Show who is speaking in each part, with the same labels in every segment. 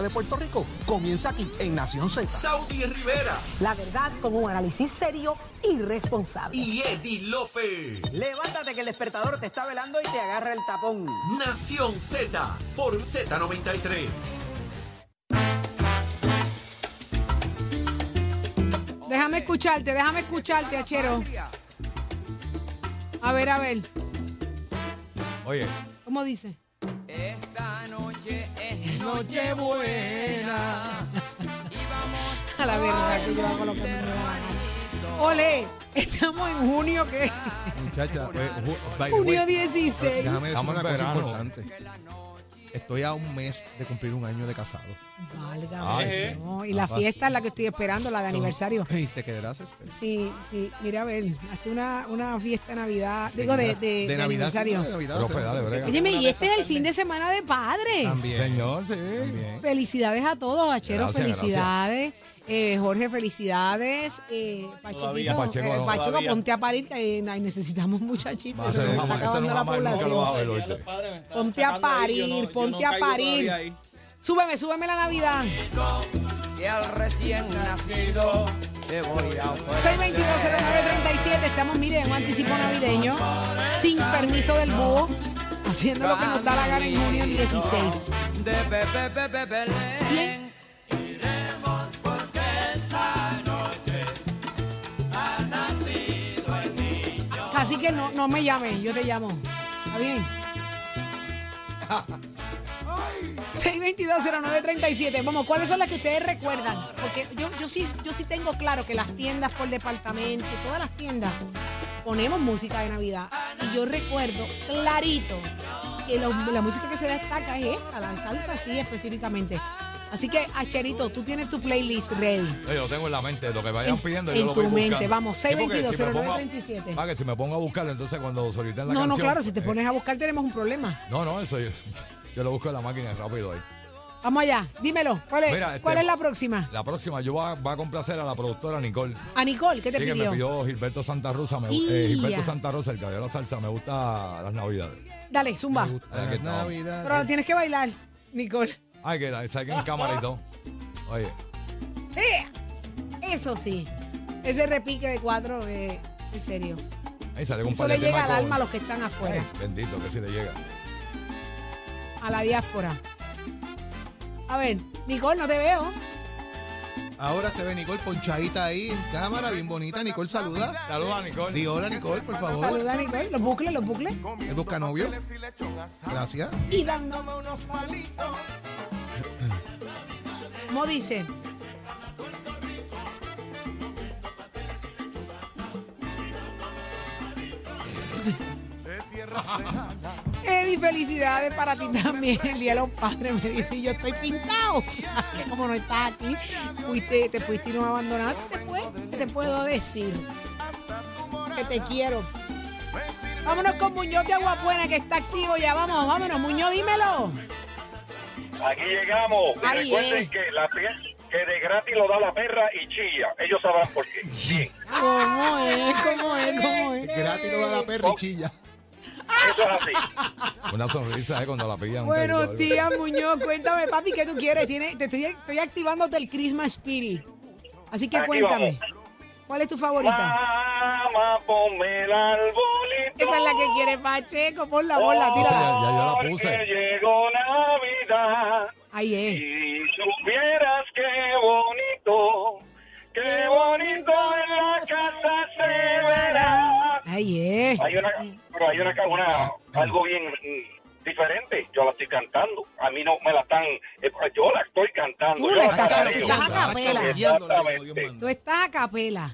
Speaker 1: de Puerto Rico comienza aquí en Nación Z.
Speaker 2: Saudi Rivera
Speaker 3: La verdad con un análisis serio y responsable.
Speaker 2: y Eddie Lofe.
Speaker 4: Levántate que el despertador te está velando y te agarra el tapón.
Speaker 2: Nación Z por Z93.
Speaker 5: Déjame escucharte, déjame escucharte, Achero. A ver, a ver,
Speaker 6: Oye,
Speaker 5: ¿cómo dice?
Speaker 7: Esta noche es
Speaker 6: noche buena.
Speaker 5: A la verdad que yo hago lo que me da la gana. Ole, estamos en junio que
Speaker 8: Muchacha, eh, ju- by the way,
Speaker 5: junio 16.
Speaker 8: déjame decir
Speaker 6: Estamos
Speaker 8: una
Speaker 6: en
Speaker 8: cosa
Speaker 6: verano.
Speaker 8: importante. Estoy a un mes de cumplir un año de casado.
Speaker 5: Válgame,
Speaker 6: Ay,
Speaker 5: no, Y la fiesta es la que estoy esperando, la de aniversario.
Speaker 8: Ey, te quedarás este.
Speaker 5: Sí, sí, mira, a ver, hazte una, una fiesta de Navidad, digo, de, de- de
Speaker 8: Navidad, sí,
Speaker 5: aniversario.
Speaker 8: de Navidad.
Speaker 6: Profe,
Speaker 8: sí.
Speaker 6: dale, brega.
Speaker 5: Óyeme, y este es el fin de semana de padres.
Speaker 6: Señor, sí.
Speaker 8: Bien.
Speaker 5: Felicidades a todos, Bachero,
Speaker 6: Gracias,
Speaker 5: felicidades. Eh, Jorge, felicidades. Eh, Pachequito,
Speaker 6: Todavía. Pacheco,
Speaker 5: eh,
Speaker 6: no.
Speaker 5: Pacheco,
Speaker 9: Todavía.
Speaker 5: ponte a parir, que eh, ay, necesitamos muchachitos.
Speaker 8: Va a
Speaker 5: se
Speaker 8: ser
Speaker 5: nos
Speaker 8: un
Speaker 5: está
Speaker 8: jamás,
Speaker 6: eso no
Speaker 5: acabando la
Speaker 6: jamás, nunca lo vas a
Speaker 5: población.
Speaker 6: ver,
Speaker 9: Ya
Speaker 6: oíste.
Speaker 9: los padres me están
Speaker 5: Ponte a
Speaker 9: sacando ahí, yo no-
Speaker 5: parir,
Speaker 9: yo
Speaker 5: ponte
Speaker 9: no
Speaker 5: a
Speaker 9: caigo
Speaker 5: parir.
Speaker 9: todavía ahí.
Speaker 5: Súbeme, súbeme la Navidad.
Speaker 7: y al recién nacido te voy a ofrecer.
Speaker 5: 622-0937, estamos, mire, en un anticipo navideño, sin permiso del búho, haciendo lo que nos da la gana en junio 16.
Speaker 7: De Pepe Pepe Belén.
Speaker 5: Así que no, no me llamen, yo te llamo. ¿Está bien? 622-0937. Vamos, ¿cuáles son las que ustedes recuerdan? Porque yo, yo, sí, yo sí tengo claro que las tiendas por departamento, todas las tiendas, ponemos música de Navidad. Y yo recuerdo clarito que lo- la música que se destaca es esta, la salsa sí específicamente. Así que, Acherito, tú tienes tu playlist ready.
Speaker 6: No, Yo lo tengo en la mente, lo que vayan
Speaker 5: En-
Speaker 6: pidiendo
Speaker 5: en
Speaker 6: yo lo
Speaker 5: tu
Speaker 6: voy buscando.
Speaker 5: mente, vamos,
Speaker 6: Sí, porque
Speaker 5: 622,
Speaker 6: si me pongo a-
Speaker 5: 0937.
Speaker 6: Ah, que si me pongo a buscarlo, entonces cuando soliciten la
Speaker 5: No,
Speaker 6: canción.
Speaker 5: no, claro, si te
Speaker 6: eh,
Speaker 5: pones a buscar tenemos un problema.
Speaker 6: no, no, eso yo, yo lo busco en la máquina rápido ahí.
Speaker 5: Vamos allá, dímelo. ¿Cuál es,
Speaker 6: Mira, este-
Speaker 5: cuál es la próxima?
Speaker 6: La próxima yo va, va a complacer a la productora Nicole.
Speaker 5: A Nicole, ¿qué te
Speaker 6: Sí, que
Speaker 5: pidió?
Speaker 6: me pidió Gilberto Santa Rosa. Me, gu- eh,
Speaker 5: Ia.
Speaker 6: Gilberto Santa Rosa, el caballero de la salsa, me gusta las navidades.
Speaker 5: Dale, zumba.
Speaker 8: Me gusta
Speaker 6: Ahí que
Speaker 8: la
Speaker 6: estamos.
Speaker 8: Navidad.
Speaker 6: eh.
Speaker 5: Pero tienes que bailar, Nicole.
Speaker 6: Ay, que la saquen en cámara y todo. Oye,
Speaker 5: ¡Eh! Eso sí, ese repique de cuatro, eh, en serio.
Speaker 6: ahí sale un
Speaker 5: Eso
Speaker 6: par
Speaker 5: le
Speaker 6: de temas
Speaker 5: llega al
Speaker 6: con-
Speaker 5: alma a los que están afuera,
Speaker 6: Ay, bendito, que si le llega. Eh.
Speaker 5: a la diáspora. A ver, Nicole, no te veo.
Speaker 8: Ahora se ve Nicole ponchadita ahí en cámara, bien bonita. Nicole saluda.
Speaker 6: Saluda, Nicole.
Speaker 8: Di hola, Nicole, por favor.
Speaker 5: Saluda, Nicole. Los bucles, los bucles.
Speaker 8: El buscanovio. Gracias.
Speaker 5: Y dando. ¿Cómo dice? Eddie, felicidades para ti también. El día de los padres me dice: Yo estoy pintado. Como no estás aquí, fuiste, te fuiste y no me abandonaste. Pues, ¿qué te puedo decir? Que te quiero. Vámonos con Muñoz de Aguapuena que está activo. Ya vamos, vámonos. Muñoz, dímelo.
Speaker 10: Aquí llegamos. Y
Speaker 5: Ay,
Speaker 10: recuerden
Speaker 5: eh.
Speaker 10: que, la pe- que de gratis lo da la perra y chilla. Ellos sabrán por qué. Bien.
Speaker 5: ¿Cómo es? ¿Cómo es? ¿Cómo es?
Speaker 8: Gratis lo da la perrichilla.
Speaker 10: Eso es así.
Speaker 6: Una sonrisa eh, cuando la pillan.
Speaker 5: Buenos
Speaker 6: Algo.
Speaker 5: días, Muñoz. Cuéntame, papi, ¿qué tú quieres? Tiene- te estoy, estoy activándote el Christmas Spirit. Así que
Speaker 10: Aquí
Speaker 5: cuéntame.
Speaker 10: vamos. Ah,
Speaker 5: ¿Cuál es tu favorita?
Speaker 10: Mamá, ponme el arbolito.
Speaker 5: Esa es la que quiere Pacheco. Pon la
Speaker 10: Oh,
Speaker 5: bola,
Speaker 6: O
Speaker 5: tírala.
Speaker 6: sea, ya yo la puse.
Speaker 10: Porque llegó Navidad.
Speaker 5: Ahí es.
Speaker 10: Y supieras qué bonito. Qué bonito en la casa se verá.
Speaker 5: Ahí es.
Speaker 10: Hay una, pero hay una, una- algo bien mm, diferente. Yo la estoy cantando. A mí no me la están. eh, Yo la estoy cantando.
Speaker 5: Tú
Speaker 10: yo la
Speaker 5: la estás
Speaker 10: cantaré.
Speaker 5: cantando, estás a capela.
Speaker 8: Viéndola, como Dios
Speaker 10: Exactamente.
Speaker 8: manda.
Speaker 5: Tú estás a capela.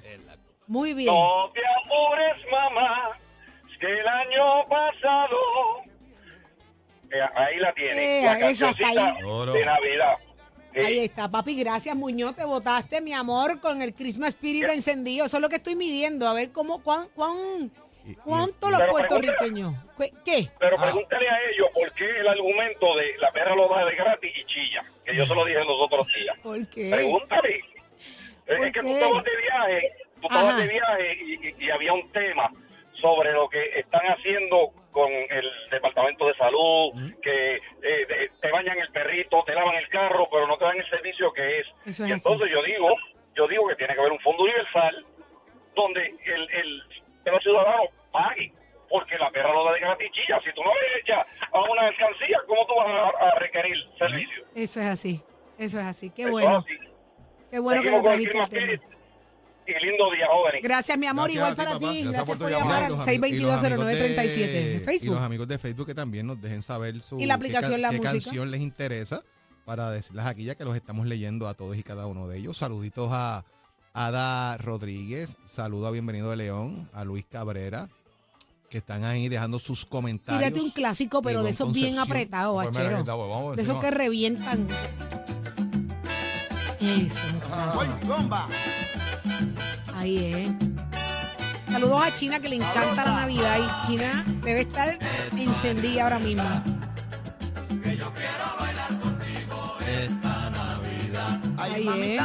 Speaker 5: Muy bien.
Speaker 10: No te apures, mamá. es Que el año pasado. Eh, ahí la tiene.
Speaker 5: Eh,
Speaker 10: la
Speaker 5: esa está ahí.
Speaker 10: cancioncita de Navidad. Eh,
Speaker 5: Ahí está, papi, gracias Muñoz, te votaste, mi amor, con el Christmas Spirit encendido. Eso es lo que estoy midiendo, a ver cómo, cuán, cuán, cuánto los
Speaker 10: Pero
Speaker 5: puertorriqueños. ¿Qué- ¿Qué?
Speaker 10: Pero pregúntale a ellos por qué el argumento de la perra lo da de gratis y chilla. Que yo se lo dije los otros días.
Speaker 5: ¿Por qué?
Speaker 10: Pregúntale. Es
Speaker 5: ¿Por
Speaker 10: que tú
Speaker 5: qué?
Speaker 10: estabas de viaje, tú estabas
Speaker 5: Ajá.
Speaker 10: de viaje y, y- y había un tema sobre lo que están haciendo con el Departamento de Salud, que eh, de- te bañan el perrito, te lavan el carro, pero no te dan el servicio que es.
Speaker 5: Eso es
Speaker 10: y
Speaker 5: así.
Speaker 10: entonces yo digo, yo digo que tiene que haber un fondo universal donde el, el, el ciudadano pague, porque la perra no da de gratis chilla. Si tú no le echas a una alcancía, ¿cómo tú vas a, a requerir servicio?
Speaker 5: Eso es así. Eso es así. Qué
Speaker 10: Eso
Speaker 5: bueno.
Speaker 10: así.
Speaker 5: Qué bueno que
Speaker 10: Seguimos
Speaker 5: lo
Speaker 10: con el
Speaker 5: trajiste
Speaker 10: Clima
Speaker 5: al tema.
Speaker 10: Spirit. Y lindo día, jóvenes.
Speaker 5: Gracias, mi amor.
Speaker 8: Gracias
Speaker 5: Igual
Speaker 8: a ti,
Speaker 5: para
Speaker 8: papá.
Speaker 5: ti.
Speaker 8: Gracias
Speaker 5: Gracias
Speaker 6: por tu
Speaker 5: por
Speaker 6: llamada.
Speaker 5: llamar al
Speaker 8: Los ami- y los amigos
Speaker 5: 6220937 de
Speaker 8: Y los
Speaker 5: Facebook.
Speaker 8: amigos de Facebook que también nos dejen saber su
Speaker 5: Y la aplicación
Speaker 8: qué,
Speaker 5: La
Speaker 8: qué
Speaker 5: Música.
Speaker 8: canción les interesa para decirlas aquí, ya que los estamos leyendo a todos y cada uno de ellos. Saluditos a Ada Rodríguez, saludo a Bienvenido de León, a Luis Cabrera, que están ahí dejando sus comentarios.
Speaker 5: Tírate un clásico, pero de
Speaker 8: Ivonne
Speaker 5: esos bien
Speaker 8: Concepción.
Speaker 5: apretados,
Speaker 6: Pues mira,
Speaker 5: bachero.
Speaker 6: quita, pues, vamos
Speaker 5: De esos
Speaker 6: encima.
Speaker 5: que revientan. Eso, mi corazón.
Speaker 4: Bomba.
Speaker 5: Ahí es. Saludos a China, que le encanta la Navidad. Y China debe estar encendida ahora mismo. Ahí es.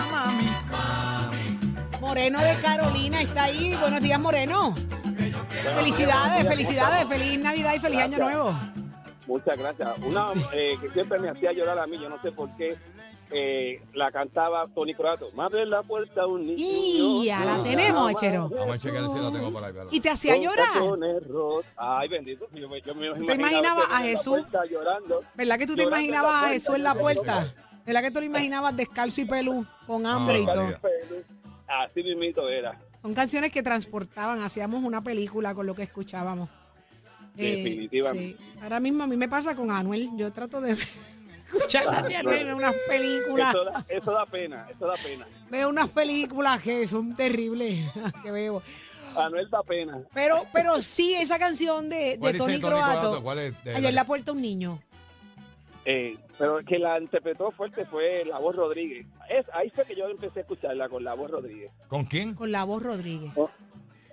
Speaker 5: Moreno de Carolina está ahí. Buenos días, Moreno. Felicidades, felicidades. Feliz Navidad y feliz Año
Speaker 9: Gracias.
Speaker 5: Nuevo.
Speaker 9: Muchas gracias. Una eh, que siempre me hacía llorar a mí, yo no sé por qué, eh, la cantaba Tony Croato. Madre la puerta un niño.
Speaker 5: Y ya la tenemos, Chero.
Speaker 6: Vamos a checar si la tengo por ahí. espérate.
Speaker 5: Y te hacía llorar.
Speaker 9: Ay, bendito. Yo, me- yo me
Speaker 5: te imaginabas a
Speaker 9: Tony en la
Speaker 5: Jesús?
Speaker 9: puerta llorando.
Speaker 5: ¿Verdad que tú te
Speaker 9: Llorando en la
Speaker 5: imaginabas a
Speaker 9: puerta,
Speaker 5: Jesús en la
Speaker 9: llorando.
Speaker 5: puerta? ¿Verdad que tú lo imaginabas descalzo y pelú, con hambre y
Speaker 6: Ah,
Speaker 5: todo?
Speaker 6: María.
Speaker 9: Así mismito era.
Speaker 5: Son canciones que transportaban, hacíamos una película con lo que escuchábamos. Eh,
Speaker 9: Definitivamente.
Speaker 5: sí. Ahora mismo a mí me pasa con Anuel. Yo trato de escuchar a Anuel en unas películas.
Speaker 9: Ah, Eso da, eso da pena, eso da pena.
Speaker 5: Veo unas películas que son terribles que veo.
Speaker 9: Anuel da pena.
Speaker 5: Pero, pero sí, esa canción de, de
Speaker 6: ¿Cuál dice
Speaker 5: Tony
Speaker 6: Tony Croato?
Speaker 5: Croato.
Speaker 6: ¿Cuál es? De-
Speaker 5: Ayer la puerta un niño.
Speaker 9: Eh, pero que la interpretó fuerte fue la voz Rodríguez. Es, ahí fue que yo empecé a escucharla con la voz Rodríguez.
Speaker 6: ¿Con quién?
Speaker 5: Con la voz Rodríguez.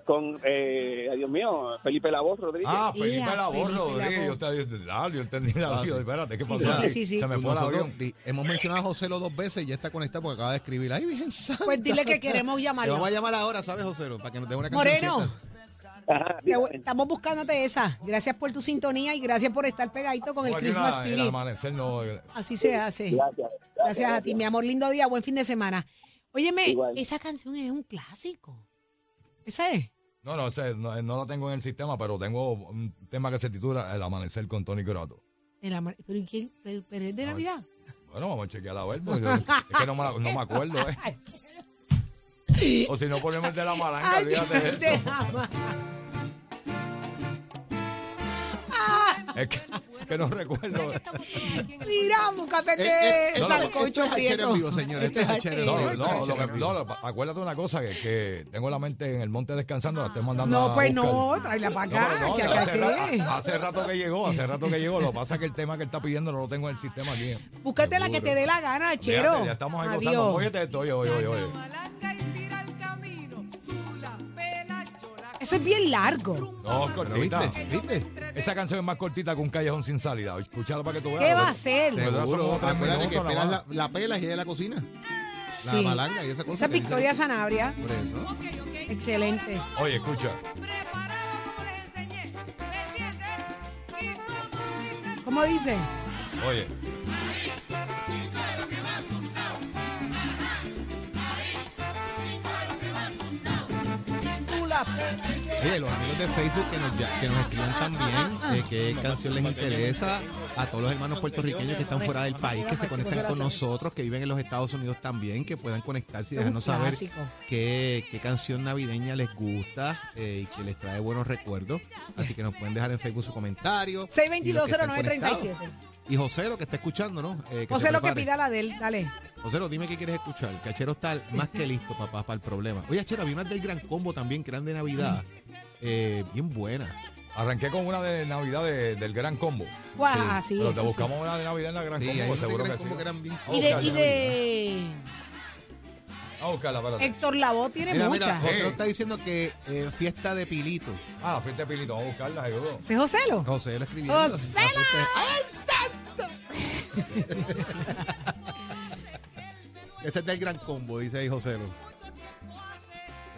Speaker 9: Con, eh, ay, Dios mío, Felipe la voz Rodríguez.
Speaker 6: Ah, Felipe
Speaker 5: Ea,
Speaker 6: Labor
Speaker 5: Felipe
Speaker 6: Rodríguez.
Speaker 5: Labor.
Speaker 6: Yo, estaba- yo, ah, yo entendí la
Speaker 8: Ah, sí.
Speaker 6: vida. Espérate, ¿qué
Speaker 5: Sí,
Speaker 6: pasó?
Speaker 5: sí,
Speaker 6: ahí?
Speaker 5: sí, sí, sí.
Speaker 6: Se me fue el
Speaker 8: Nosotros
Speaker 6: avión.
Speaker 8: di- hemos mencionado a José dos veces y ya está conectado porque acaba de escribir. ¡Ay, Virgen Santa!
Speaker 5: Pues dile que queremos
Speaker 8: Te
Speaker 5: llamarlo.
Speaker 8: vamos a llamar ahora, ¿sabes, José? Para que nos dé una canción.
Speaker 5: Moreno,
Speaker 9: Ajá,
Speaker 5: te voy-
Speaker 9: dígame.
Speaker 5: estamos buscándote esa. Gracias por tu sintonía y gracias por estar pegadito con el
Speaker 6: Aquí
Speaker 5: Christmas
Speaker 6: la- El
Speaker 5: Spirit.
Speaker 6: amanecer no...
Speaker 5: Así se hace.
Speaker 9: Gracias.
Speaker 5: Gracias a ti, mi amor. Lindo día, buen fin de semana. Óyeme,
Speaker 9: Igual.
Speaker 5: esa canción es un clásico. Esa es.
Speaker 6: No, no, sé, no, no la tengo en el sistema, pero tengo un tema que se titula El amanecer con Tony Croato.
Speaker 5: El amor. Pero, ¿y quién? Pero- pero es de Navidad.
Speaker 6: Bueno, vamos a chequear a ver, porque yo- es que no me, la- no me acuerdo, ¿eh? O si no ponemos el de la malanga,
Speaker 5: Ay,
Speaker 6: olvídate de
Speaker 5: te
Speaker 6: eso.
Speaker 5: ama.
Speaker 6: Es que, que no recuerdo.
Speaker 5: Mira, búscate
Speaker 8: Eh, eh, esto-
Speaker 5: el
Speaker 8: esto
Speaker 6: este
Speaker 5: sancocho
Speaker 8: es hachero en
Speaker 5: prieto.
Speaker 8: vivo, señores. Esto Este es hachero en
Speaker 6: No,
Speaker 8: vivo,
Speaker 6: no,
Speaker 8: esto es
Speaker 6: no,
Speaker 8: hachero
Speaker 6: lo que-
Speaker 8: en vivo.
Speaker 6: no, lo- acuérdate una cosa, que, que tengo la mente en el monte descansando, la estoy mandando a
Speaker 5: No, pues
Speaker 6: buscar.
Speaker 5: no, tráela para
Speaker 6: No,
Speaker 5: acá.
Speaker 6: pero no,
Speaker 5: que acá
Speaker 6: hace, ra-
Speaker 5: qué.
Speaker 6: hace rato que llegó, hace rato que llegó. Lo que pasa es que el tema que él está pidiendo no lo tengo en el sistema aquí.
Speaker 5: Búscate la que te dé la gana,
Speaker 6: Olvídate,
Speaker 5: chero.
Speaker 6: Ya estamos ahí gozando.
Speaker 5: Adiós.
Speaker 6: Óyete esto, oye, oye, oye, oye.
Speaker 5: Eso es bien largo.
Speaker 6: No,
Speaker 8: Pero
Speaker 6: cortita.
Speaker 8: ¿Viste? ¿Viste?
Speaker 6: Esa canción es más cortita que un callejón sin salida. Escúchala para que tú veas.
Speaker 5: ¿Qué va a ser?
Speaker 6: Pero son
Speaker 8: Seguro.
Speaker 6: como tres
Speaker 8: Acuérdate que
Speaker 6: minutos nada
Speaker 8: esperas la,
Speaker 6: más.
Speaker 8: la pela y ella la cocina. La
Speaker 5: Sí.
Speaker 8: malanga y esa cosa.
Speaker 5: Esa
Speaker 8: que dice-
Speaker 5: Victoria Sanabria.
Speaker 8: Por eso.
Speaker 5: Excelente.
Speaker 6: Oye, escucha.
Speaker 5: ¿Cómo dice?
Speaker 6: Oye.
Speaker 8: Oye, los amigos de Facebook que nos, ya- que nos escriban también de qué canción les interesa. A todos los hermanos puertorriqueños que están fuera del país, que se conectan con nosotros, que viven en los Estados Unidos también, que puedan conectarse y
Speaker 5: Eso es un
Speaker 8: dejarnos saber
Speaker 5: clásico.
Speaker 8: qué, qué canción navideña les gusta eh, y que les trae buenos recuerdos. Así que nos pueden dejar en Facebook su comentario.
Speaker 5: 622-0937.
Speaker 8: Y, José, lo que está escuchando, ¿no? Eh,
Speaker 5: José,
Speaker 8: se
Speaker 5: lo que
Speaker 8: prepare.
Speaker 5: pida la de él, dale.
Speaker 8: José, lo dime qué quieres escuchar. Cachero está más que listo, papá, para el problema. Oye, Chero, había unas del Gran Combo también, que eran de Navidad. Eh, bien buenas.
Speaker 6: Arranqué con una de Navidad de- del Gran Combo.
Speaker 5: Guau, ah, sí,
Speaker 6: Pero te
Speaker 5: eso sí.
Speaker 6: buscamos una de Navidad en la Gran
Speaker 8: Sí, hay
Speaker 6: Combo,
Speaker 8: unas del
Speaker 6: seguro
Speaker 8: Gran
Speaker 6: que sí.
Speaker 8: Combo que eran bien-
Speaker 5: Y de, Eh, y de
Speaker 6: A buscarla, espérate.
Speaker 5: Héctor Lavoe tiene
Speaker 8: Mira, mira,
Speaker 5: muchas.
Speaker 8: José
Speaker 6: Sí.
Speaker 8: lo está diciendo que eh, fiesta de Pilito.
Speaker 6: Ah, la fiesta de Pilito, vamos a buscarla, seguro.
Speaker 5: ¿Ese es Joselo?
Speaker 8: José lo escribió.
Speaker 5: ¡José
Speaker 8: Ese es del gran combo, dice ahí José. lo.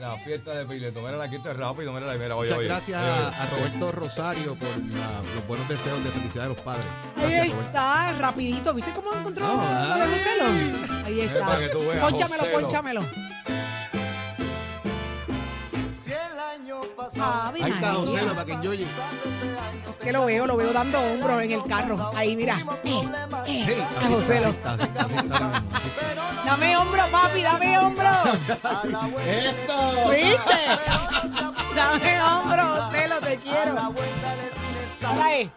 Speaker 6: La fiesta de Pileto. Mira, la quita rápido. Mira, la mira. Oye,
Speaker 8: Muchas
Speaker 6: oye,
Speaker 8: gracias
Speaker 6: oye, oye.
Speaker 8: a, a Roberto Rosario por la- los buenos deseos de felicidad de los padres.
Speaker 5: Ahí
Speaker 8: Gracias, Ah, Roberto.
Speaker 5: está, rapidito. ¿Viste cómo encontró
Speaker 8: No,
Speaker 5: lo de Joselo?
Speaker 8: Eh,
Speaker 5: Ahí
Speaker 6: Es para que
Speaker 5: está.
Speaker 6: tú veas,
Speaker 5: Pónchamelo,
Speaker 6: Joselo.
Speaker 5: pónchamelo. Ave
Speaker 8: Ahí está
Speaker 5: María.
Speaker 8: Joselo para que enjoye.
Speaker 5: Ah, Es que lo veo, lo veo dando hombros en el carro. Ahí, mira. Eh, eh,
Speaker 8: Hey,
Speaker 5: a
Speaker 8: así,
Speaker 5: Joselo.
Speaker 8: está, así está, así está, así está, así está.
Speaker 5: Dame hombro, papi, dame hombro.
Speaker 8: ¡Eso!
Speaker 5: ¿Viste? Dame hombro, Joselo, te quiero.
Speaker 8: este
Speaker 5: Dale,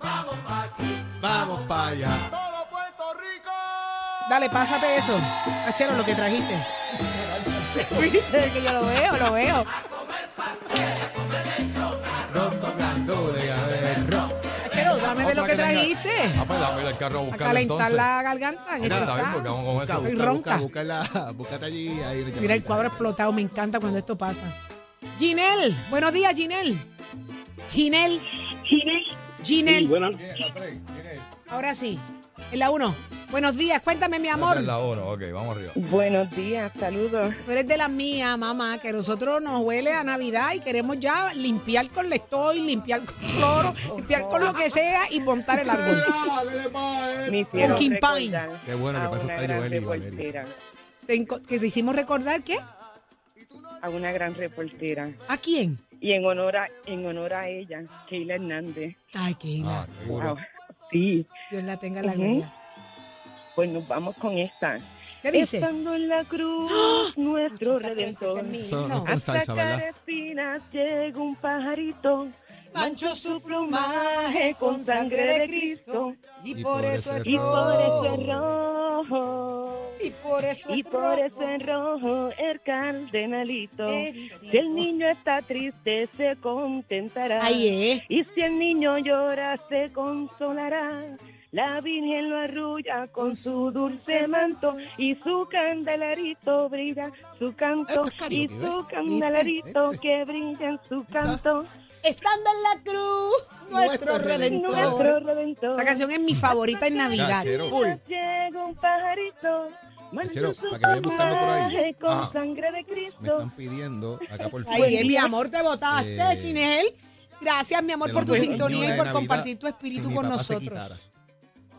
Speaker 8: Vamos para allá.
Speaker 5: dale, pásate eso. Achero, lo que trajiste. ¿Viste? Que yo lo veo, lo veo.
Speaker 8: Arroz con gandules, a ver, ro-
Speaker 5: Achero, dame de
Speaker 6: Vamos
Speaker 5: lo
Speaker 6: a
Speaker 5: que
Speaker 6: tenga-
Speaker 5: trajiste.
Speaker 6: Ah, pues la voy a ir al carro a
Speaker 5: A
Speaker 6: buscarla
Speaker 5: calentar
Speaker 6: entonces.
Speaker 5: la garganta. en
Speaker 6: Mira,
Speaker 5: esto
Speaker 6: está bien,
Speaker 5: está.
Speaker 6: porque vamos con
Speaker 8: Busca,
Speaker 6: eso.
Speaker 5: Estoy
Speaker 8: busca,
Speaker 5: ronca.
Speaker 8: busca, busca la- búscate allí. ahí,
Speaker 5: Mira el
Speaker 8: llamadita.
Speaker 5: cuadro explotado, me encanta cuando esto pasa. Ginel, buenos días, Ginel. Ginel,
Speaker 9: Sí,
Speaker 5: Ginel,
Speaker 9: bueno,
Speaker 6: Bien, la tres, bien, eh.
Speaker 5: ahora sí, en la uno. Buenos días, cuéntame, mi amor.
Speaker 6: Esta es La uno, ok, vamos arriba.
Speaker 11: Buenos días, saludos.
Speaker 5: Tú eres de las mías, mamá, que nosotros nos huele a Navidad y queremos ya limpiar con lectoy, limpiar con cloro, limpiar con lo que sea y montar el árbol.
Speaker 6: eh.
Speaker 11: Me hicieron
Speaker 5: King Pine.
Speaker 11: recordar
Speaker 8: Qué bueno que
Speaker 11: a
Speaker 8: pasó
Speaker 11: una
Speaker 8: hasta
Speaker 11: gran
Speaker 8: Joel y Valeria.
Speaker 11: reportera,
Speaker 5: Te enco- que te hicimos recordar qué?
Speaker 11: a una gran reportera.
Speaker 5: ¿A quién?
Speaker 11: Y en honor a, en honor a ella, Keila Hernández.
Speaker 5: Ay, Keila,
Speaker 6: Ah, seguro.
Speaker 11: Ah, sí,
Speaker 5: Dios la tenga en la
Speaker 11: Ujú.
Speaker 5: gloria.
Speaker 11: pues nos vamos con esta.
Speaker 5: ¿Qué dice?
Speaker 11: Estando en la cruz, nuestro
Speaker 5: Muchacha, pero ese es
Speaker 11: redentor.
Speaker 5: mi
Speaker 8: Eso
Speaker 5: himno.
Speaker 8: no es salsa,
Speaker 11: sacar
Speaker 8: ¿verdad?
Speaker 11: espinas llega un pajarito.
Speaker 5: Manchó su plumaje con sangre de Cristo y por eso es
Speaker 11: Y por
Speaker 5: rojo.
Speaker 11: eso es rojo.
Speaker 5: Y por eso
Speaker 11: Y
Speaker 5: es
Speaker 11: por eso
Speaker 5: rojo.
Speaker 11: en rojo el cardenalito. Si el
Speaker 5: Delicioso.
Speaker 11: niño está triste, se contentará.
Speaker 5: Ahí es.
Speaker 11: Y si el niño llora, se consolará. La Virgen lo arrulla con su dulce manto y su candelarito brilla, su canto
Speaker 8: Esto es karaoke,
Speaker 11: y
Speaker 8: ¿ves?
Speaker 11: su candelarito
Speaker 8: eh,
Speaker 11: que brilla en su
Speaker 8: Ah,
Speaker 11: canto,
Speaker 5: Estando en la cruz, nuestro
Speaker 8: Nuestro
Speaker 5: redentor.
Speaker 11: nuestro redentor.
Speaker 5: Esa canción es mi favorita en Navidad.
Speaker 8: Cachero.
Speaker 5: Full.
Speaker 11: Llega un pajarito, manchó
Speaker 8: Chero,
Speaker 11: su
Speaker 8: para que vayan buscando por ahí.
Speaker 11: plumaje con
Speaker 6: Ah.
Speaker 11: sangre de
Speaker 8: Me
Speaker 11: Cristo.
Speaker 8: están pidiendo acá por
Speaker 5: Ahí es,
Speaker 8: Facebook.
Speaker 5: mi amor, te botaste,
Speaker 8: Eh,
Speaker 5: Chinel. Gracias, mi amor,
Speaker 8: de
Speaker 5: por
Speaker 8: los
Speaker 5: tu
Speaker 8: dos
Speaker 5: sintonía
Speaker 8: niños
Speaker 5: y
Speaker 8: de
Speaker 5: por
Speaker 8: Navidad,
Speaker 5: compartir tu
Speaker 8: si
Speaker 5: espíritu
Speaker 8: mi
Speaker 5: con
Speaker 8: papá se
Speaker 5: nosotros.
Speaker 8: quitara.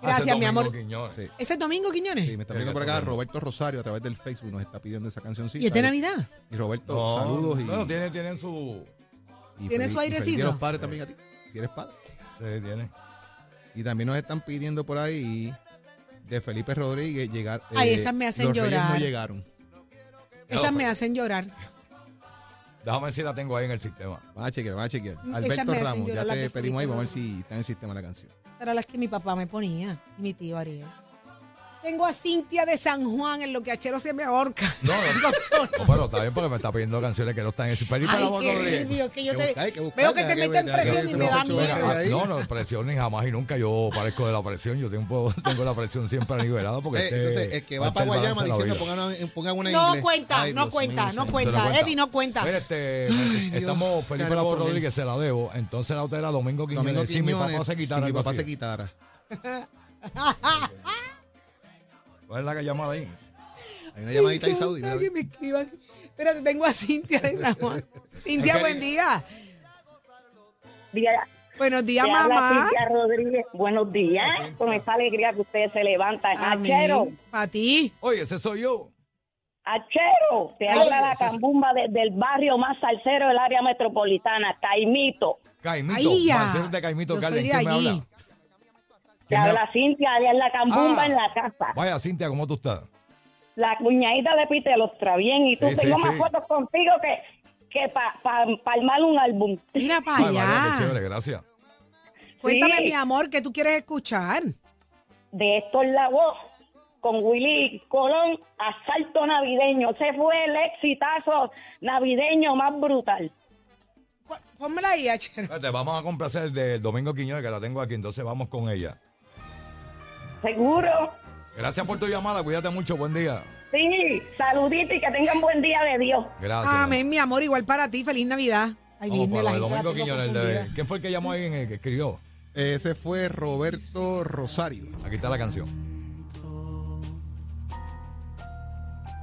Speaker 5: Gracias,
Speaker 6: Hace
Speaker 5: mi amor.
Speaker 6: domingo, Quiñones.
Speaker 8: Sí.
Speaker 5: ¿Ese es domingo, Quiñones?
Speaker 8: Sí, me está viendo por acá Roberto Rosario a través del Facebook nos está pidiendo esa cancioncita.
Speaker 5: ¿Y es de Navidad?
Speaker 8: Y Roberto,
Speaker 6: No,
Speaker 8: saludos y,
Speaker 6: Bueno, tienen, tienen su.
Speaker 8: y
Speaker 5: tiene
Speaker 8: y feliz
Speaker 5: su
Speaker 8: día
Speaker 5: airecito.
Speaker 8: a los padres también a ti, si eres padre.
Speaker 6: Sí, tienen.
Speaker 8: Y también nos están pidiendo por ahí de Felipe Rodríguez llegar. eh,
Speaker 5: Ay, esas me hacen
Speaker 8: los Reyes
Speaker 5: llorar.
Speaker 8: no llegaron.
Speaker 5: Esas me hacen llorar.
Speaker 6: Déjame ver si la tengo ahí en el sistema.
Speaker 8: Vamos a chequear, vamos a chequear.
Speaker 5: Esas
Speaker 8: Alberto
Speaker 5: me hacen
Speaker 8: Ramos, ya
Speaker 5: llorar, las
Speaker 8: te
Speaker 5: de
Speaker 8: pedimos ahí,
Speaker 5: Felipe
Speaker 8: vamos a ver
Speaker 5: Rodríguez.
Speaker 8: si está en el sistema la canción.
Speaker 5: Eran las que mi papá me ponía y mi tío Ariel. Tengo a Cintia de San Juan en lo que Achero se me ahorca.
Speaker 6: No, no, no, pero está bien porque me está pidiendo canciones que no están en su perfil.
Speaker 5: Ay,
Speaker 6: Pero vamos a
Speaker 5: qué
Speaker 6: ver.
Speaker 5: nervio, que yo
Speaker 8: Hay
Speaker 5: te,
Speaker 8: buscar, hay buscar,
Speaker 5: veo que
Speaker 8: hay
Speaker 5: te meten
Speaker 8: hay
Speaker 5: presión y
Speaker 8: ver
Speaker 5: me
Speaker 8: esos
Speaker 5: da
Speaker 8: ocho
Speaker 5: miedo.
Speaker 8: veces
Speaker 6: Mira, ah,
Speaker 8: ahí.
Speaker 6: no, no, presión ni jamás y nunca. Yo parezco de la presión. Yo tengo, tengo la presión siempre nivelada porque.
Speaker 8: Eh,
Speaker 6: este-
Speaker 8: entonces, el que va
Speaker 6: falta
Speaker 8: para
Speaker 6: el balance
Speaker 8: Guayama
Speaker 6: en la
Speaker 8: diciendo
Speaker 6: vida.
Speaker 8: pongan una, pongan una en
Speaker 5: No
Speaker 8: inglés".
Speaker 5: cuenta,
Speaker 8: Ay,
Speaker 5: no
Speaker 8: Dios
Speaker 5: cuenta,
Speaker 8: mío,
Speaker 5: no
Speaker 8: señor.
Speaker 6: Se lo
Speaker 5: cuenta.
Speaker 6: cuenta.
Speaker 5: Eddie, no cuentas.
Speaker 6: Mira, este,
Speaker 8: Dios,
Speaker 6: estamos Felipe
Speaker 8: cargado por
Speaker 6: Rodríguez, se la debo. Entonces la otra era Domingo Quiñones.
Speaker 8: Domingo
Speaker 6: si mi papá
Speaker 8: Quiñones,
Speaker 6: se
Speaker 8: si
Speaker 6: quitara.
Speaker 8: mi
Speaker 6: algo
Speaker 8: papá se
Speaker 6: así.
Speaker 8: quitara.
Speaker 6: ¿Cuál es la que llamada ahí?
Speaker 8: Hay una llamadita ahí,
Speaker 5: Me
Speaker 8: Saudi.
Speaker 5: encanta
Speaker 8: mira,
Speaker 5: que me escriban. Espérate, tengo a Cintia de San Juan.
Speaker 6: Es
Speaker 5: Cintia,
Speaker 6: que-
Speaker 5: buen día.
Speaker 12: día.
Speaker 5: Buenos días,
Speaker 12: Te habla
Speaker 5: mamá.
Speaker 12: Cintia Rodríguez. Buenos días. Con esta alegría que ustedes se levantan. Achero,
Speaker 5: Amén. Para ti.
Speaker 6: Oye, ese soy yo.
Speaker 12: Achero. Te
Speaker 6: Ah,
Speaker 5: Ay,
Speaker 12: habla la
Speaker 6: eso es-
Speaker 12: cambumba desde el barrio más salsero del área metropolitana, Caimito.
Speaker 6: Caimito.
Speaker 5: Ahí ya.
Speaker 6: Marcelo de Caimito
Speaker 5: Yo
Speaker 6: Carmen.
Speaker 5: soy de
Speaker 6: ¿Quién me
Speaker 5: allí.
Speaker 6: habla?
Speaker 12: Te
Speaker 6: ¿Quién me
Speaker 12: habla Cintia, alias la cambumba
Speaker 6: Ah.
Speaker 12: en la casa.
Speaker 6: Vaya, Cintia, ¿cómo tú estás?
Speaker 12: La cuñadita de Peter Ostra, bien. Y tú,
Speaker 6: Sí, sí,
Speaker 12: tengo más
Speaker 6: sí.
Speaker 12: fotos contigo que, que para pa, palmar un álbum.
Speaker 5: Mira para
Speaker 6: Ay, María, qué
Speaker 5: allá.
Speaker 6: chévere, gracias.
Speaker 5: Cuéntame,
Speaker 12: Sí.
Speaker 5: mi amor, ¿qué tú quieres escuchar?
Speaker 12: de Héctor La Voz con Willy Colón, Asalto Navideño. Ese fue el exitazo navideño más brutal.
Speaker 5: Cu- Pónmela ahí, Achero.
Speaker 6: Espérate, vamos a complacer del Domingo Quiñones, que la tengo aquí, entonces vamos con ella.
Speaker 12: Seguro.
Speaker 6: Gracias por tu llamada, cuídate mucho, buen día.
Speaker 12: Sí, saludito y que tengan buen día de Dios.
Speaker 6: Gracias.
Speaker 5: Amén, mi amor, igual para ti. Feliz Navidad. Ahí
Speaker 6: Ah, Vamos
Speaker 5: viene
Speaker 6: para
Speaker 5: la
Speaker 6: el
Speaker 5: gente. la
Speaker 6: Domingo
Speaker 5: tengo
Speaker 6: Quiñones. el
Speaker 5: confundida.
Speaker 6: de- ¿Quién fue el que llamó ahí en el que escribió?
Speaker 8: Ese fue Roberto Rosario.
Speaker 6: Aquí está la canción.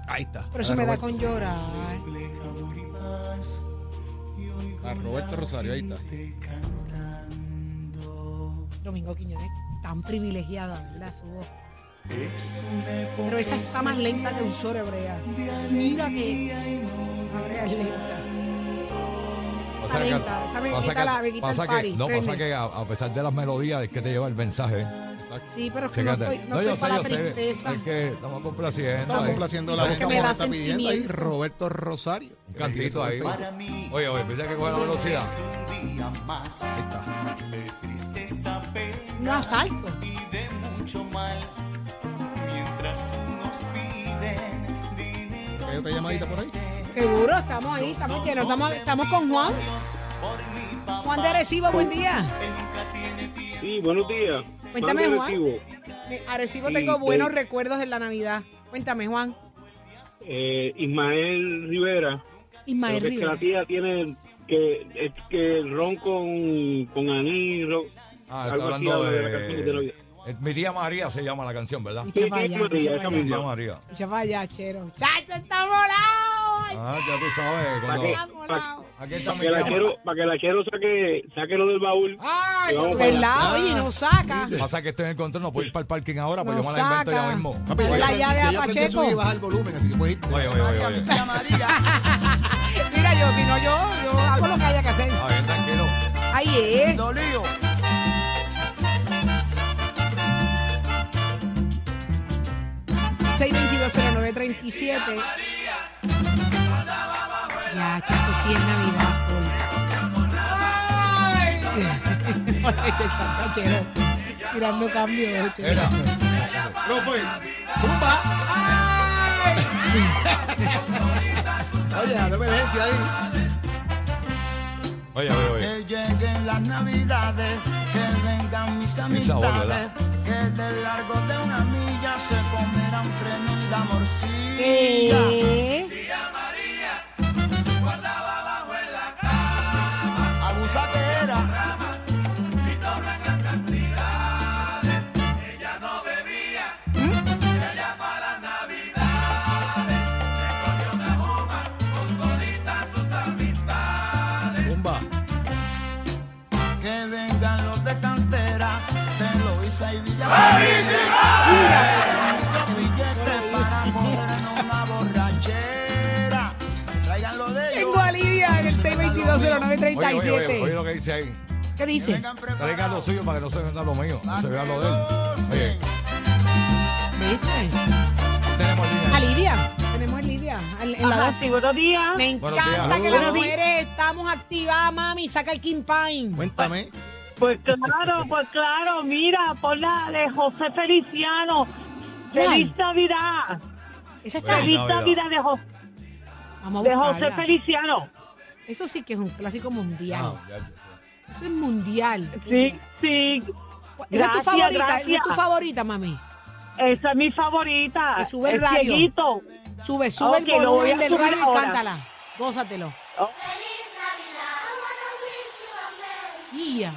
Speaker 8: Ahí está.
Speaker 5: Pero eso
Speaker 8: Ahora
Speaker 5: me da
Speaker 8: pues. Roberto.
Speaker 5: con llorar.
Speaker 8: más. A Roberto Rosario, ahí está.
Speaker 5: Domingo Quiñones, tan privilegiada, ¿verdad? Su voz. Pero esa está más lenta que un chore, Brea. Mira que. la Brea es lenta.
Speaker 6: Pasa que,
Speaker 5: Lenta, esa me
Speaker 6: pasa
Speaker 5: quita
Speaker 6: que-
Speaker 5: la- me quita
Speaker 6: pasa
Speaker 5: el
Speaker 6: que-
Speaker 5: party,
Speaker 6: no, pasa
Speaker 5: prende.
Speaker 6: que a, a pesar de las melodías es que te lleva el mensaje.
Speaker 5: Sí, pero es que
Speaker 6: Fíjate.
Speaker 5: no estoy, no
Speaker 6: yo
Speaker 5: estoy
Speaker 6: sé,
Speaker 5: para
Speaker 6: yo
Speaker 5: la
Speaker 6: sé.
Speaker 5: tristeza.
Speaker 6: Es que estamos complaciendo. eh.
Speaker 8: Estamos
Speaker 6: ahí.
Speaker 8: complaciendo a la
Speaker 6: Estamos
Speaker 8: gente como
Speaker 5: que me da
Speaker 8: nos está pidiendo ahí.
Speaker 5: sentimiento.
Speaker 8: Roberto Rosario.
Speaker 6: Un cantito ahí. Oye, oye, piensa que coge la velocidad.
Speaker 8: Ahí está.
Speaker 5: No asalto.
Speaker 8: ¿Hay otra llamadita por ahí?
Speaker 5: Seguro, estamos ahí, estamos llenos. Estamos, estamos con Juan. Juan de Arecibo, buen día.
Speaker 9: Sí, buenos días.
Speaker 5: Cuéntame,
Speaker 9: Mando
Speaker 5: Juan.
Speaker 9: recibo.
Speaker 5: De Arecibo
Speaker 9: Sí,
Speaker 5: tengo
Speaker 9: sí.
Speaker 5: buenos recuerdos de la Navidad. Cuéntame, Juan.
Speaker 9: Eh, Ismael Rivera.
Speaker 5: Ismael
Speaker 9: Creo que es que
Speaker 5: Rivera.
Speaker 9: la tía tiene que, es que el ron con, con anís, ron-
Speaker 6: Ah, está
Speaker 9: algo así
Speaker 6: hablando
Speaker 9: habla la
Speaker 6: de.
Speaker 9: canción de Navidad.
Speaker 6: es Mi tía María se llama la canción, ¿verdad?
Speaker 5: Mi tía Sí, María, María, mi tía esa
Speaker 6: Mi tía
Speaker 5: misma.
Speaker 6: María.
Speaker 5: Ya vaya, chero. Chacho, está volado.
Speaker 6: Ah, ya tú sabes.
Speaker 9: Para
Speaker 6: cuando-
Speaker 9: que,
Speaker 5: Está volado.
Speaker 6: Aquí está
Speaker 9: para
Speaker 6: mi
Speaker 9: que el
Speaker 6: tía María.
Speaker 9: achero, para que el achero saque, saque lo del baúl.
Speaker 13: Ah,
Speaker 5: Ay,
Speaker 9: Y vamos para
Speaker 5: ¿verdad?
Speaker 9: allá.
Speaker 5: Oye, no saca.
Speaker 6: Pasa que estoy en el control, no puedo ir para el parking ahora, pues
Speaker 5: No
Speaker 6: yo me la invento
Speaker 5: saca.
Speaker 6: ya mismo.
Speaker 5: Papi, Dale yo- la llave a
Speaker 8: yo aprendí a
Speaker 5: Pacheco.
Speaker 8: subir y bajar el volumen, así que puedes ir.
Speaker 6: Oye, oye, oye, oye.
Speaker 5: Mira, yo, si no, yo, yo hago lo que haya que hacer.
Speaker 6: A ver, tranquilo.
Speaker 5: Ahí es. siete Ya, che, eso sí es Navidad. full. Por hecho, chato, chero. Tirando cambios, chero.
Speaker 6: Era. Profe. Zumba.
Speaker 8: Oye, no emergencia ahí.
Speaker 6: Oye, oye, oye.
Speaker 14: Que lleguen las navidades, que vengan mis
Speaker 6: El sabor,
Speaker 14: amistades, que de largo de una milla se comerán tremenda morcilla.
Speaker 5: ¿Qué?
Speaker 14: Abusadera,
Speaker 8: Bomba.
Speaker 14: que vengan los de cantera, de Loiza y Villa. Muchos billetes para comer en una borrachera. Traigan lo de
Speaker 5: Tengo a Lidia en el
Speaker 6: Oye, oye, oye, oye
Speaker 5: 6220937.
Speaker 6: lo que dice ahí.
Speaker 5: ¿Qué dice?
Speaker 6: Traigan lo suyo para que no se venda lo mío. No se vea lo de él. Oye,
Speaker 5: ¿Viste?
Speaker 6: tenemos línea.
Speaker 5: A Lidia. Tenemos a Lidia. al- En la
Speaker 12: Ajá, sí, buenos días.
Speaker 5: Me
Speaker 6: Buenos días.
Speaker 5: encanta que
Speaker 6: Buenos
Speaker 5: las
Speaker 6: días.
Speaker 5: mujeres estamos activadas, mami. Saca el King Pine.
Speaker 8: Cuéntame.
Speaker 12: Pues claro, pues claro, mira, ponla de José Feliciano.
Speaker 5: ¿Cuál?
Speaker 12: Feliz Navidad.
Speaker 5: Esa está.
Speaker 6: Feliz
Speaker 12: Feliz
Speaker 6: Navidad.
Speaker 12: Navidad de, Jo-
Speaker 5: Vamos a
Speaker 12: de José
Speaker 5: buscarla.
Speaker 12: Feliciano.
Speaker 5: Eso sí que es un clásico mundial.
Speaker 6: Ah, ya, ya.
Speaker 5: Eso es mundial.
Speaker 12: Sí, sí.
Speaker 5: Esa es tu
Speaker 12: Gracias,
Speaker 5: favorita, esa es
Speaker 12: gracias.
Speaker 5: tu favorita, mami.
Speaker 12: Esa es mi favorita.
Speaker 5: Y sube el
Speaker 12: Es
Speaker 5: radio.
Speaker 12: cieguito.
Speaker 5: Sube, sube
Speaker 12: Ah, Ok,
Speaker 5: el
Speaker 12: lo voy a
Speaker 5: volumen del
Speaker 12: subir
Speaker 5: radio y
Speaker 12: ahora. Oh.
Speaker 5: cántala. Gózatelo. Ya.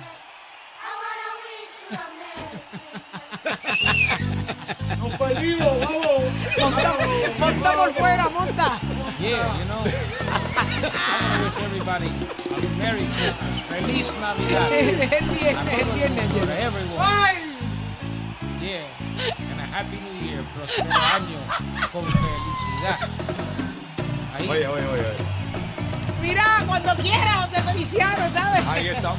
Speaker 5: Monta, monta por fuera, monta.
Speaker 7: Yeah, you know. I want to wish everybody a Merry Christmas. Feliz
Speaker 5: Él
Speaker 7: Navidad.
Speaker 5: viernes, el viernes,
Speaker 7: For
Speaker 5: Chero.
Speaker 7: everyone. Yeah. And a Happy New Year. Próspero año con felicidad. Ahí.
Speaker 6: Oye, oye, oye. oye.
Speaker 5: Mira, cuando quiera, José Feliciano, ¿sabes?
Speaker 6: Ahí está.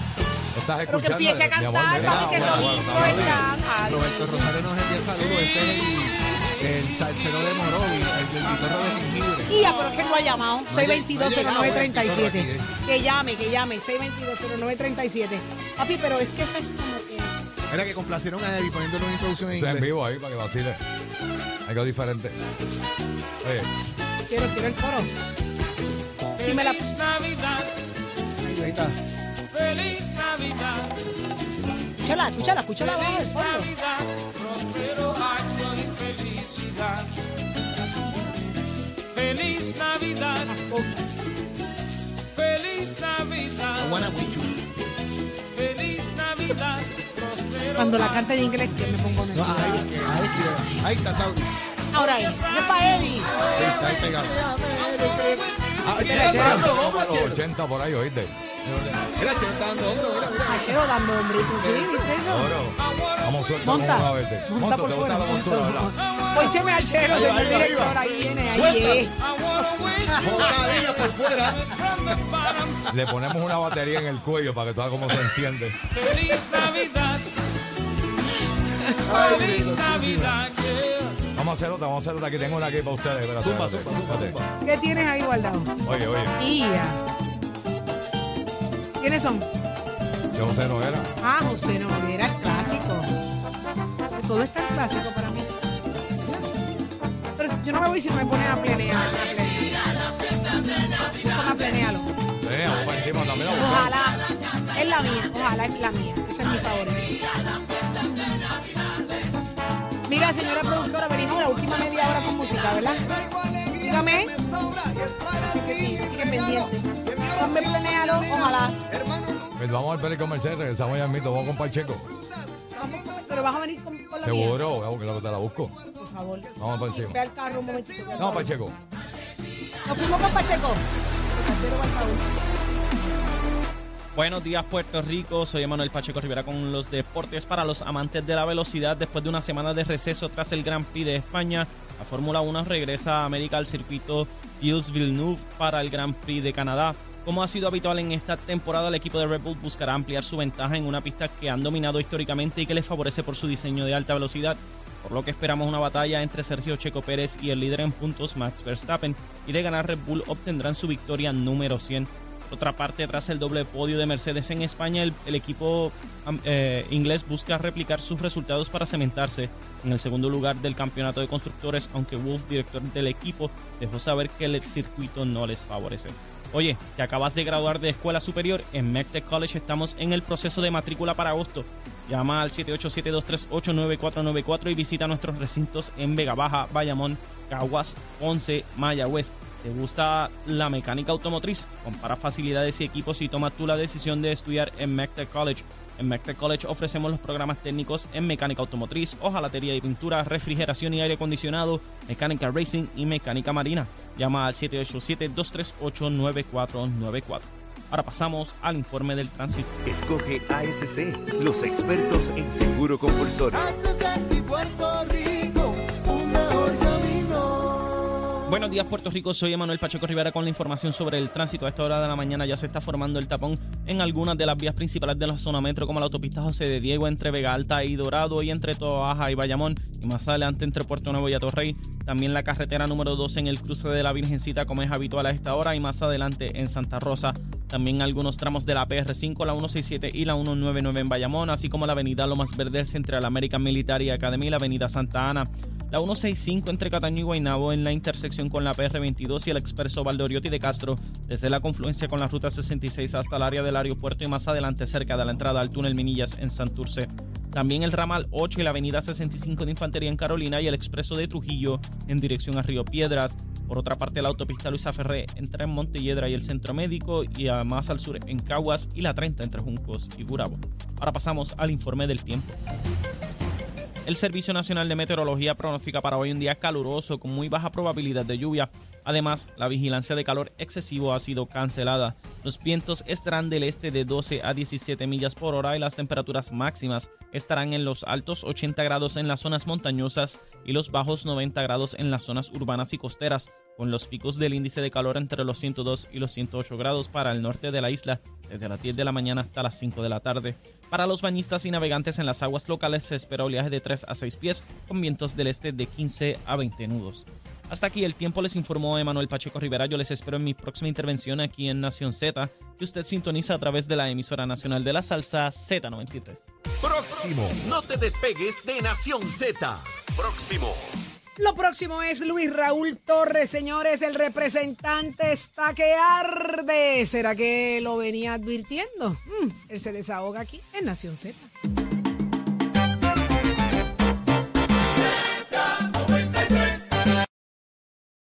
Speaker 6: Estás
Speaker 5: Pero que
Speaker 6: escuchando.
Speaker 8: eh,
Speaker 5: empiece a
Speaker 6: mi amor,
Speaker 5: cantar,
Speaker 6: mira,
Speaker 5: papi, que
Speaker 6: bueno,
Speaker 5: eso
Speaker 6: bueno,
Speaker 5: mismo
Speaker 6: bueno.
Speaker 5: está. Ay,
Speaker 8: Roberto Rosario nos envía saludos. Ese es el, el salsero de Morovi, el del guitarro de jengibre.
Speaker 5: Tía, pero es que no ha llamado.
Speaker 8: No ha lleg- no ha llegado el pito aquí,
Speaker 5: 6220937.
Speaker 8: eh.
Speaker 5: Que llame, que llame. 6220937. Papi, pero es que esa es como que.
Speaker 8: Mira que complacieron a él y poniéndole una introducción en
Speaker 6: O sea, en
Speaker 8: inglés.
Speaker 6: vivo ahí para que vacile. Algo diferente. Oye,
Speaker 5: Quiero, quiero el coro. Si me la.
Speaker 7: Feliz Navidad.
Speaker 8: Ahí está.
Speaker 7: Feliz Navidad.
Speaker 5: Escúchala, escúchala, escúchala. abajo del
Speaker 7: Feliz
Speaker 5: fondo.
Speaker 7: Navidad, próspero año y felicidad. Feliz Navidad, feliz Navidad,
Speaker 8: Aguana Wichu.
Speaker 7: feliz Navidad, próspero
Speaker 5: Cuando la
Speaker 7: año.
Speaker 5: canta en inglés, que me
Speaker 8: No,
Speaker 5: pongo nerviosa.
Speaker 8: ahí es que, ahí es que, ahí está, Saúl.
Speaker 5: Ahora es. No es para Eddie.
Speaker 8: Ahí está, ahí pegado. Ah, ahí está.
Speaker 6: están
Speaker 8: Chero.
Speaker 6: dando hombro, Chero. 80 por ahí, oíste.
Speaker 8: Mira, Chero está dando hombro, mira, mira.
Speaker 5: Ay, Chero dando hombre. ¿Tú sí viste eso?
Speaker 6: Vamos suelto
Speaker 5: Monta.
Speaker 6: como una vez.
Speaker 5: Monta
Speaker 6: Monta,
Speaker 5: por
Speaker 6: te gusta la
Speaker 5: fuera,
Speaker 6: montura,
Speaker 5: monta.
Speaker 6: ¿verdad?
Speaker 5: Póncheme al chero,
Speaker 6: Ahí va, ahí
Speaker 5: señor
Speaker 6: va, ahí
Speaker 5: director.
Speaker 6: va.
Speaker 5: Ahí viene,
Speaker 6: Suéltalo.
Speaker 5: ahí es.
Speaker 8: Bocadillas por fuera.
Speaker 6: Le ponemos una batería en el cuello para que tú veas cómo se enciende.
Speaker 7: Feliz Navidad. Feliz Navidad. yeah.
Speaker 6: Vamos a hacer otra, vamos a hacer otra. Aquí tengo una aquí para ustedes. espérate,
Speaker 8: Zumba,
Speaker 6: espérate,
Speaker 8: zumba, zumba,
Speaker 6: espérate.
Speaker 5: ¿Qué tienes ahí guardado?
Speaker 6: Oye, oye,
Speaker 5: Ia. ¿Quiénes son?
Speaker 6: yo no sé, no era.
Speaker 5: Ah, José Noguera, el clásico. Todo es tan clásico para mí. Pero yo no me voy si no me ponen a plenear. a plenear. Toma, plenéalo.
Speaker 6: Venga, vamos para encima también. la buscamos.
Speaker 5: Ojalá. Es la mía, ojalá es la mía. Esa es mi favorita. Mira, señora productora, venimos la última media hora con música, ¿verdad? Dígame. Así que sí, así que pendiente. Ponme plenéalo, ojalá.
Speaker 6: Pues Vamos al Pérez Comercial, regresamos ya mito. Vamos con Pacheco.
Speaker 5: Pero vas a venir con, con la mía,
Speaker 6: Seguro, vamos que la- te la busco.
Speaker 5: por favor.
Speaker 6: Vamos para encima.
Speaker 5: Ve al carro un momentito. ve al
Speaker 6: No,
Speaker 5: carro.
Speaker 6: Pacheco.
Speaker 5: Nos fuimos con Pacheco. Pacheco va al baúl.
Speaker 13: Buenos días Puerto Rico, soy Emanuel Pacheco Rivera con los deportes para los amantes de la velocidad. Después de una semana de receso tras el Gran Prix de España, la Fórmula 1 regresa a América al circuito Gilles Villeneuve para el Gran Prix de Canadá. Como ha sido habitual en esta temporada, el equipo de Red Bull buscará ampliar su ventaja en una pista que han dominado históricamente y que les favorece por su diseño de alta velocidad por lo que esperamos una batalla entre Sergio Checo Pérez y el líder en puntos Max Verstappen, y de ganar Red Bull obtendrán su victoria número 100. Por otra parte, tras el doble podio de Mercedes en España, el, el equipo am- eh, inglés busca replicar sus resultados para cementarse en el segundo lugar del campeonato de constructores, aunque Wolf, director del equipo, dejó saber que el circuito no les favorece. Oye, te acabas de graduar de escuela superior en Medtech College, estamos en el proceso de matrícula para agosto. Llama al 787-238-9494 y visita nuestros recintos en Vega Baja, Bayamón, Caguas, Ponce, Mayagüez. ¿Te gusta la mecánica automotriz? Compara facilidades y equipos y toma tú la decisión de estudiar en Mectec College. En Mectec College ofrecemos los programas técnicos en mecánica automotriz, hojalatería y pintura, refrigeración y aire acondicionado, mecánica racing y mecánica marina. Llama al 787-238-9494. Ahora pasamos al informe del tránsito.
Speaker 15: Escoge ASC, los expertos en seguro compulsorio.
Speaker 13: Buenos días Puerto Rico, soy Emanuel Pacheco Rivera con la información sobre el tránsito. A esta hora de la mañana ya se está formando el tapón en algunas de las vías principales de la zona metro como la autopista José de Diego entre Vega Alta y Dorado y entre Toaja y Bayamón y más adelante entre Puerto Nuevo y Atorrey. También la carretera número 2 en el cruce de la Virgencita como es habitual a esta hora y más adelante en Santa Rosa. También algunos tramos de la PR5, la 167 y la 199 en Bayamón, así como la avenida Lomas Verdes entre la American Military Academy y la avenida Santa Ana la 165 entre Cataño y Guaynabo en la intersección con la PR22 y el expreso Valdoriotti de Castro, desde la confluencia con la ruta 66 hasta el área del aeropuerto y más adelante cerca de la entrada al túnel Minillas en Santurce. También el ramal 8 y la avenida 65 de Infantería en Carolina y el expreso de Trujillo en dirección a Río Piedras. Por otra parte, la autopista Luisa Ferré entra en Montelledra y el Centro Médico y a- más al sur en Caguas y la 30 entre Juncos y Gurabo. Ahora pasamos al informe del tiempo. El Servicio Nacional de Meteorología pronostica para hoy un día caluroso con muy baja probabilidad de lluvia. Además, la vigilancia de calor excesivo ha sido cancelada. Los vientos estarán del este de 12 a 17 millas por hora y las temperaturas máximas estarán en los altos 80 grados en las zonas montañosas y los bajos 90 grados en las zonas urbanas y costeras, con los picos del índice de calor entre los 102 y los 108 grados para el norte de la isla desde las 10 de la mañana hasta las 5 de la tarde. Para los bañistas y navegantes en las aguas locales se espera oleaje de 3 a 6 pies con vientos del este de 15 a 20 nudos. Hasta aquí el tiempo les informó Emanuel Pacheco Rivera. Yo les espero en mi próxima intervención aquí en Nación Z, que usted sintoniza a través de la emisora nacional de la salsa Z93.
Speaker 2: Próximo. No te despegues de Nación Z. Próximo.
Speaker 5: Lo próximo es Luis Raúl Torres, señores. El representante está que arde. ¿Será que lo venía advirtiendo? Mm, él se desahoga aquí en Nación Z.